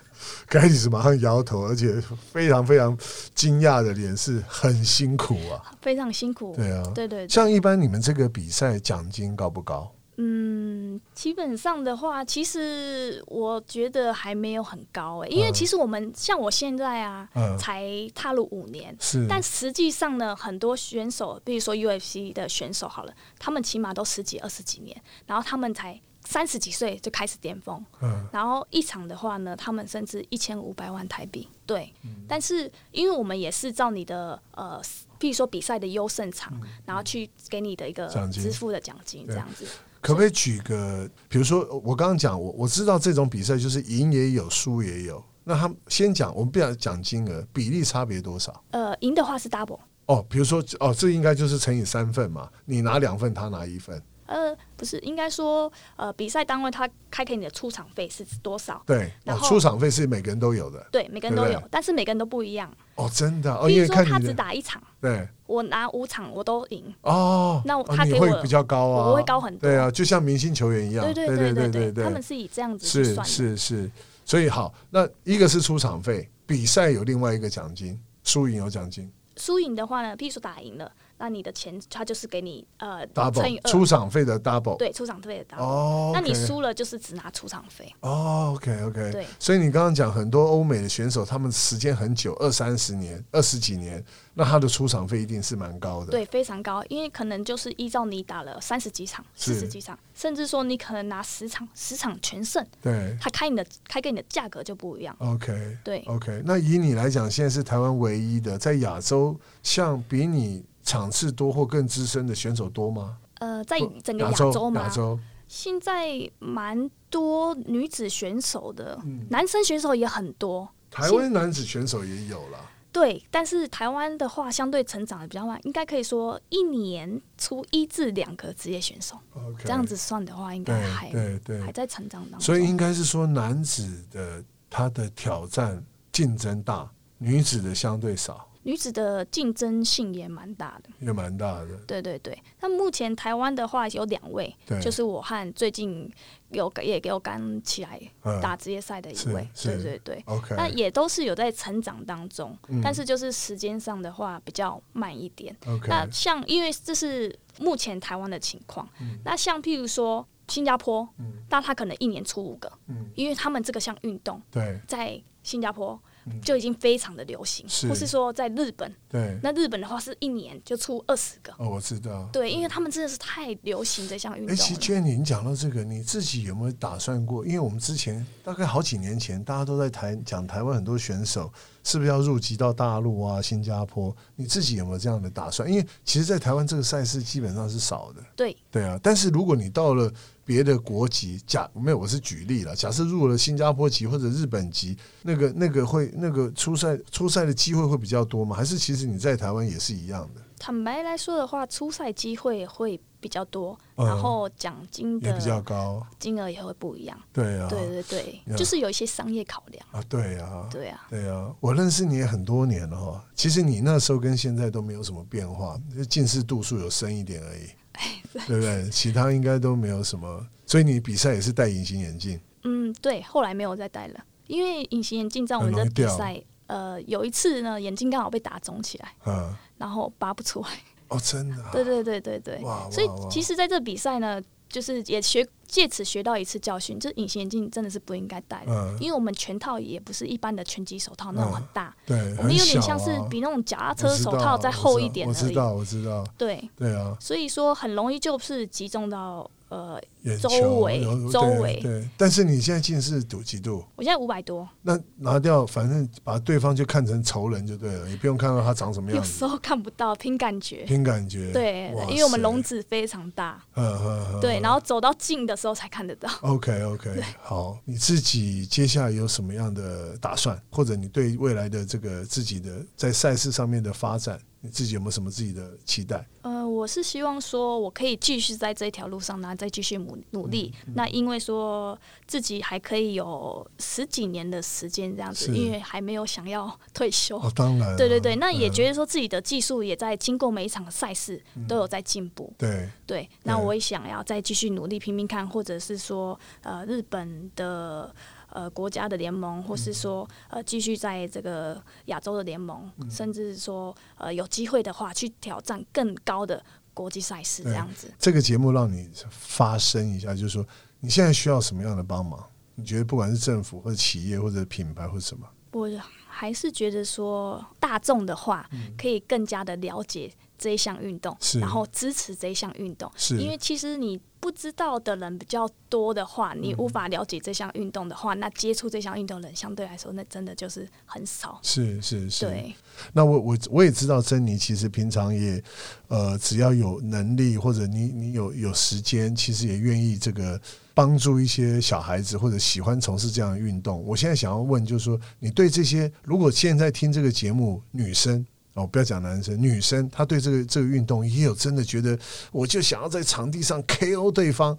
B: Galis 马上摇头，而且非常非常惊讶的脸是很辛苦啊，
C: 非常辛苦。
B: 对啊。
C: 对对对，
B: 像一般你们这个比赛奖金高不高？
C: 嗯，基本上的话，其实我觉得还没有很高欸诶、因为
B: 嗯
C: 其实我们像我现在啊，
B: 嗯
C: 才踏入五年，
B: 是，
C: 但实际上呢，很多选手，比如说 UFC 的选手好了，他们起码都十几、二十几年，然后他们才三十几岁就开始巅峰，
B: 嗯，
C: 然后一场的话呢，他们甚至一千五百万台币。对，
B: 嗯
C: 但是因为我们也是照你的呃，譬如说比赛的优胜场，然后去给你的一个
B: 嗯奖金
C: 支付的奖金这样子。
B: 可不可以举个，比如说我刚刚讲，我我知道这种比赛就是赢也有，输也有。那他们先讲，我们不要讲金额，比例差别多少？
C: 呃，赢的话是 double，
B: 哦，比如说哦，这应该就是乘以三份嘛，你拿两份，他拿一份，
C: 呃，不是，应该说呃，比赛单位他开给你的出场费是多少？
B: 对，
C: 然
B: 哦，
C: 后
B: 出场费是每个人都有的，
C: 对，每个人都
B: 对
C: 有，但是每个人都不一样。
B: 哦，真的哦，
C: 比
B: 因
C: 如
B: 为
C: 说
B: 看
C: 他
B: 你
C: 只
B: 的
C: 打一场，
B: 对
C: 我拿五场我都赢，
B: 哦，
C: 那我
B: 哦
C: 他
B: 你
C: 给
B: 会
C: 我
B: 比较高啊，
C: 我会高很多
B: 对啊，就像明星球员一样，
C: 对
B: 啊对
C: 对
B: 对
C: 对
B: 对，
C: 他们是以这样子去
B: 是
C: 算的。
B: 是是，所以好，那一个是出场费，比赛有另外一个奖金，输赢有奖金
C: 输赢的话呢，譬如说打赢了，那你的钱他就是给你呃乘以
B: ，double
C: 二，
B: 出场费的 double，
C: 对出场费的 double。
B: 哦，
C: 那你
B: OK
C: 输了就是只拿出场费，
B: 哦，OK OK，
C: 对
B: 所以你刚刚讲很多欧美的选手，他们时间很久，二三十年、二十几年，那他的出场费一定是蛮高的。
C: 对，非常高，因为可能就是依照你打了三十几场、四
B: 是
C: 十几场，甚至说你可能拿十场、十场全胜，
B: 对
C: 他开你的开给你的价格就不一样。
B: ，OK
C: 对，
B: OK，那以你来讲，现在是台湾唯一的在亚洲，像比你场次多或更资深的选手多吗？
C: 呃，在
B: 不
C: 整个亚
B: 洲，
C: 洲嘛
B: 亚，洲，
C: 现在蛮多女子选手的，
B: 嗯
C: 男生选手也很多。
B: 台湾男子选手也有了。
C: 对，但是台湾的话，相对成长的比较慢，应该可以说一年出一至两个职业选手，
B: OK，
C: 这样子算的话，应该还
B: 对对对
C: 还，在成长当中。
B: 所以应该是说男子的他的挑战竞争大，女子的相对少，
C: 女子的竞争性也蛮大的。
B: 也蛮大的。
C: 对对对，那目前台湾的话有两位
B: 对，
C: 就是我和最近有也给我刚起来
B: 嗯
C: 打职业赛的一
B: 是
C: 位，
B: 是
C: 对对对。
B: OK，
C: 那也都是有在成长当中，
B: 嗯
C: 但是就是时间上的话比较慢一点。
B: OK，
C: 那像因为这是目前台湾的情况，那像譬如说新加坡，
B: 嗯
C: 那他可能一年出五个，
B: 嗯，
C: 因为他们这个项运动
B: 对
C: 在新加坡
B: 嗯
C: 就已经非常的流行，
B: 是
C: 或是说在日本，
B: 对，
C: 那日本的话是一年就出二十个，
B: 哦，我知道。
C: 对，因为他们真的是太流行这项运
B: 哎，
C: 动
B: 其实
C: 了。
B: 娟，你讲到这个，你自己有没有打算过？因为我们之前大概好几年前，大家都在谈讲台湾很多选手是不是要入籍到大陆啊、新加坡，你自己有没有这样的打算？因为其实，在台湾这个赛事基本上是少的，
C: 对，
B: 对啊。但是如果你到了别的国籍，假没有，我是举例了，假设入了新加坡籍或者日本籍，那个那个会那个出赛出赛的机会会比较多吗？还是其实你在台湾也是一样的？
C: 坦白来说的话，出赛机会会比较多，
B: 嗯
C: 然后奖金
B: 也比较
C: 的
B: 高，
C: 金额也会不一样。
B: 对啊，
C: 啊对对对，
B: Yeah
C: 就是有一些商业考量。
B: 啊，对啊，
C: 对啊，
B: 对啊，我认识你也很多年了哈，其实你那时候跟现在都没有什么变化，就近视度数有深一点而已，
C: 哎
B: 对不 对？其他应该都没有什么，所以你比赛也是戴隐形眼镜，
C: 嗯，对，后来没有再戴了，因为隐形眼镜在我们
B: 很
C: 的
B: 容易
C: 比
B: 掉
C: 赛，呃，有一次呢，眼睛刚好被打肿起来，
B: 嗯，
C: 然后拔不出来。
B: 哦，真的啊、
C: 对对对对对
B: 哇，
C: 所以
B: 哇哇
C: 其实在这比赛呢，就是也学借此学到一次教训，就是隐形眼镜真的是不应该戴的，
B: 嗯，
C: 因为我们全套也不是一般的拳击手套那种
B: 嗯
C: 很大，
B: 对，
C: 我们
B: 很
C: 有
B: 小
C: 点
B: 啊
C: 像是比那种脚踏
B: 我
C: 车
B: 知
C: 手
B: 道
C: 套再
B: 我知
C: 厚
B: 道
C: 一点
B: 我
C: 而
B: 知
C: 已。
B: 道，我知道，
C: 对，
B: 对啊，
C: 所以说很容易就是集中到呃，
B: 眼
C: 周
B: 球
C: 围
B: 有对
C: 周围
B: 对，但是你现在近视度几度？
C: 我现在五百多，
B: 那拿掉，反正把对方就看成仇人就对了，也不用看到他长什么样
C: 有
B: 子
C: 时，候看不到，凭感觉。
B: 凭感觉。
C: 对
B: 哇，
C: 因为我们
B: 塞
C: 笼，子非常大，
B: 嗯嗯嗯，
C: 对，然后走到近的时候才看得到。
B: OK OK，好，你自己接下来有什么样的打算，或者你对未来的这个自己的在赛事上面的发展，你自己有没有什么自己的期待？
C: 呃，我是希望说我可以继续在这一条路上，然后再继续努努力。
B: 嗯
C: 那因为说自己还可以有十几年的时间这样子，
B: 是
C: 因为还没有想要退休。
B: 哦，当然啊，
C: 对对对，那也
B: 嗯
C: 觉得说自己的技术也在经过每一场赛事都有在进步。
B: 对，
C: 对，那我也想要再继续努力拼拼看，或者是说，呃，日本的呃国家的联盟，或是说呃继续在这个亚洲的联盟，甚至说呃有机会的话去挑战更高的国际赛事
B: 对
C: 这样子。
B: 这个节目让你发声一下，就是说你现在需要什么样的帮忙？你觉得不管是政府或者企业或者品牌或者什么，
C: 我还是觉得说大众的话，可以更加的了解这一项运动
B: 嗯是，
C: 然后支持这一项运动。
B: 是
C: 因为其实你不知道的人比较多的话，
B: 嗯
C: 你无法了解这项运动的话，那接触这项运动的人相对来说，那真的就是很少。
B: 是是是，
C: 对，
B: 那我我我也知道，珍妮其实平常也，呃，只要有能力或者你你有有时间，其实也愿意这个帮助一些小孩子或者喜欢从事这样的运动。我现在想要问，就是说，你对这些如果现在听这个节目女生。哦，不要讲男生，女生她对这个这个运动也有真的觉得，我就想要在场地上 KO 对方，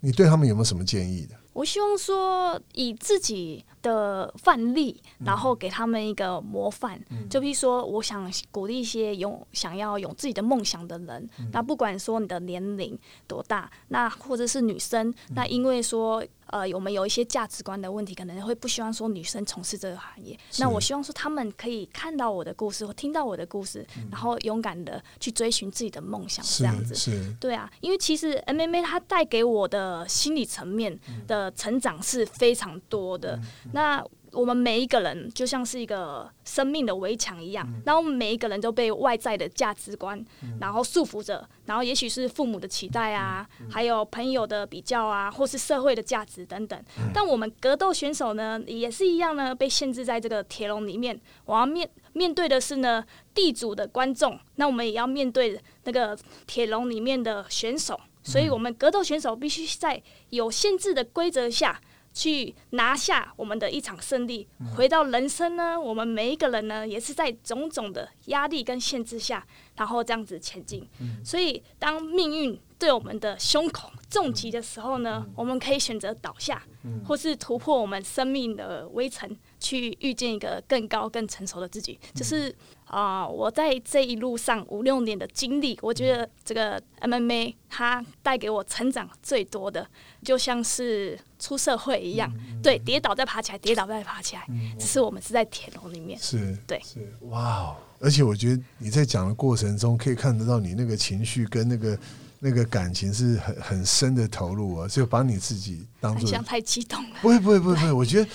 B: 你对他们有没有什么建议的？
C: 我希望说以自己的范例，
B: 嗯
C: 然后给他们一个模范。就比如说，我想鼓励一些有想要有自己的梦想的人，
B: 嗯
C: 那不管说你的年龄多大，那或者是女生，
B: 嗯
C: 那因为说。呃，我们有一些价值观的问题，可能会不希望说女生从事这个行业。
B: 是
C: 那我希望说他们可以看到我的故事，或听到我的故事，然后勇敢的去追寻自己的梦想，这
B: 嗯是
C: 样子。
B: 是，
C: 对啊，因为其实 MMA 它带给我的心理层面的成长是非常多的。那我们每一个人就像是一个生命的围墙一样，然后我们每一个人都被外在的价值观、然后束缚着，然后也许是父母的期待啊，还有朋友的比较啊，或是社会的价值等等。但我们格斗选手呢，也是一样呢，被限制在这个铁笼里面。我要面面对的是呢，地主的观众，那我们也要面对那个铁笼里面的选手，所以我们格斗选手必须在有限制的规则下去拿下我们的一场胜利。回到人生呢，我们每一个人呢，也是在种种的压力跟限制下，然后这样子前进。所以，当命运对我们的胸口重击的时候呢，我们可以选择倒下，或是突破我们生命的围城，去遇见一个更高、更成熟的自己。就是啊、我在这一路上五六年的经历，我觉得这个 MMA 它带给我成长最多的，就像是出社会一样，对，跌倒再爬起来，跌倒再爬起来，只是我们是在铁笼里面。
B: 是，
C: 对
B: 是，哇哦！而且我觉得你在讲的过程中，可以看得到你那个情绪跟那个那个感情是很很深的投入啊，就把你自己当
C: 好
B: 做
C: 像太激动了，
B: 不会不会不会不会，我觉得。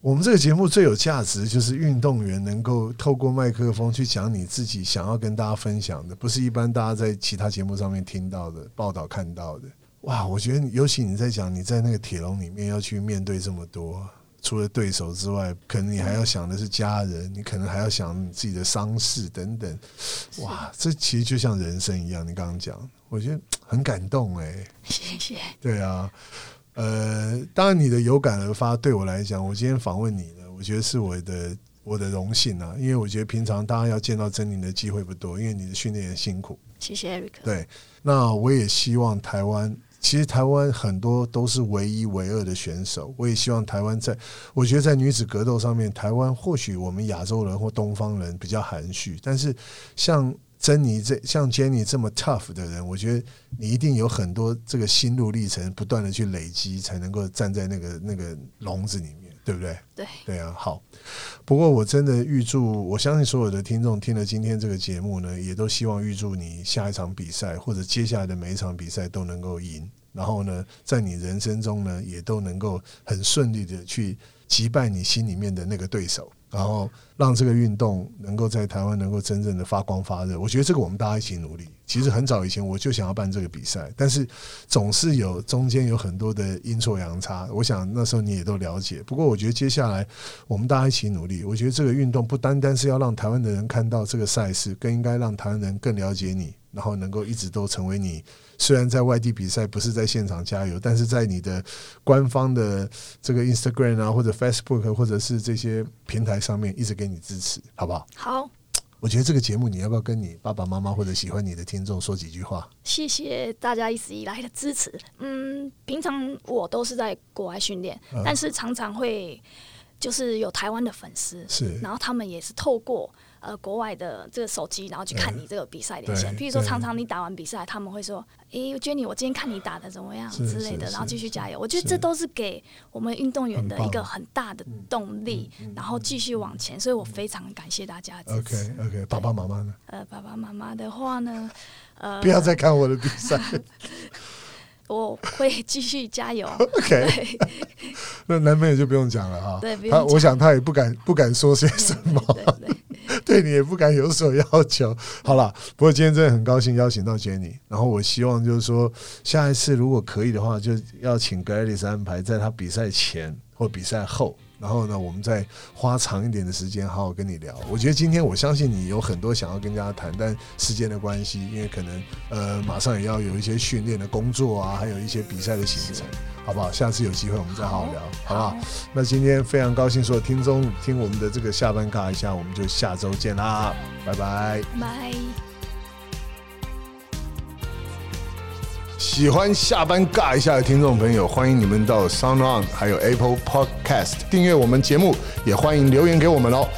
B: 我们这个节目最有价值，就是运动员能够透过麦克风去讲你自己想要跟大家分享的，不是一般大家在其他节目上面听到的、报道看到的。哇，我觉得你尤其你在讲你在那个铁笼里面要去面对这么多，除了对手之外，可能你还要想的是家人，你可能还要想你自己的伤势等等。哇，这其实就像人生一样，你刚刚讲，我觉得很感动哎、
C: 谢谢。
B: 对啊，呃，当然你的有感而发，对我来讲，我今天访问你呢，我觉得是我的我的荣幸啊，因为我觉得平常大家要见到珍妮的机会不多，因为你的训练也辛苦，
C: 谢谢 Eric。
B: 对，那我也希望台湾，其实台湾很多都是唯一唯二的选手。我也希望台湾在，我觉得在女子格斗上面，台湾或许我们亚洲人或东方人比较含蓄，但是像珍妮这像 Jenny 这么 tough 的人，我觉得你一定有很多这个心路历程，不断的去累积，才能够站在那个那个笼子里面，对不对？
C: 对
B: 对啊，好。不过我真的预祝，我相信所有的听众听了今天这个节目呢，也都希望预祝你下一场比赛或者接下来的每一场比赛都能够赢，然后呢，在你人生中呢，也都能够很顺利的去击败你心里面的那个对手，然后让这个运动能够在台湾能够真正的发光发热。我觉得这个我们大家一起努力。其实很早以前我就想要办这个比赛，但是总是有中间有很多的阴错阳差。我想那时候你也都了解。不过我觉得接下来我们大家一起努力。我觉得这个运动不单单是要让台湾的人看到这个赛事，更应该让台湾人更了解你，然后能够一直都成为你。虽然在外地比赛不是在现场加油，但是在你的官方的这个 Instagram 啊，或者 Facebook，或者是这些平台上面一直给你支持，好不好？
C: 好，
B: 我觉得这个节目你要不要跟你爸爸妈妈或者喜欢你的听众说几句话？
C: 谢谢大家一直以来的支持。嗯，平常我都是在国外训练，
B: 嗯
C: 但是常常会就是有台湾的粉丝，
B: 是
C: 然后他们也是透过呃国外的这个手机，然后去看
B: 嗯
C: 你这个比赛连线。
B: 对
C: 譬如说，
B: 对
C: 常常你打完比赛，他们会说：“诶、j e n n y 我今天看你打的怎么样
B: 是
C: 之类
B: 是
C: 的。”
B: 是
C: 然后继续加油。我觉
B: 是
C: 得这都是给我们运动员的
B: 很棒
C: 一个很大的动力
B: 嗯嗯嗯，
C: 然后继续往前。所以我非常感谢大家的支
B: OK
C: 持。
B: OK，爸爸妈妈呢？
C: 呃，爸爸妈妈的话呢，呃，
B: 不要再看我的比赛。
C: 我会继续加油。
B: OK，那男朋友就不用讲了哈。
C: 对不用
B: 他
C: 讲
B: 我想他也不敢不敢说些什么，
C: 对对，
B: 对你也不敢有所要求。好啦，不过今天真的很高兴邀请到 Jenny，然后我希望就是说，下一次如果可以的话，就要请 g l a d y s 安排在他比赛前或比赛后。然后呢，我们再花长一点的时间好好跟你聊。我觉得今天我相信你有很多想要跟大家谈，但时间的关系，因为可能呃马上也要有一些训练的工作啊，还有一些比赛的行程，好不好？下次有机会我们再好好聊，好不好？那今天非常高兴所有听众听我们的这个下班尬一下，我们就下周见啦，拜拜！
C: 拜。
B: 喜欢下班尬一下的听众朋友，欢迎你们到 Sound On 还有 Apple Podcast 订阅我们节目，也欢迎留言给我们哦。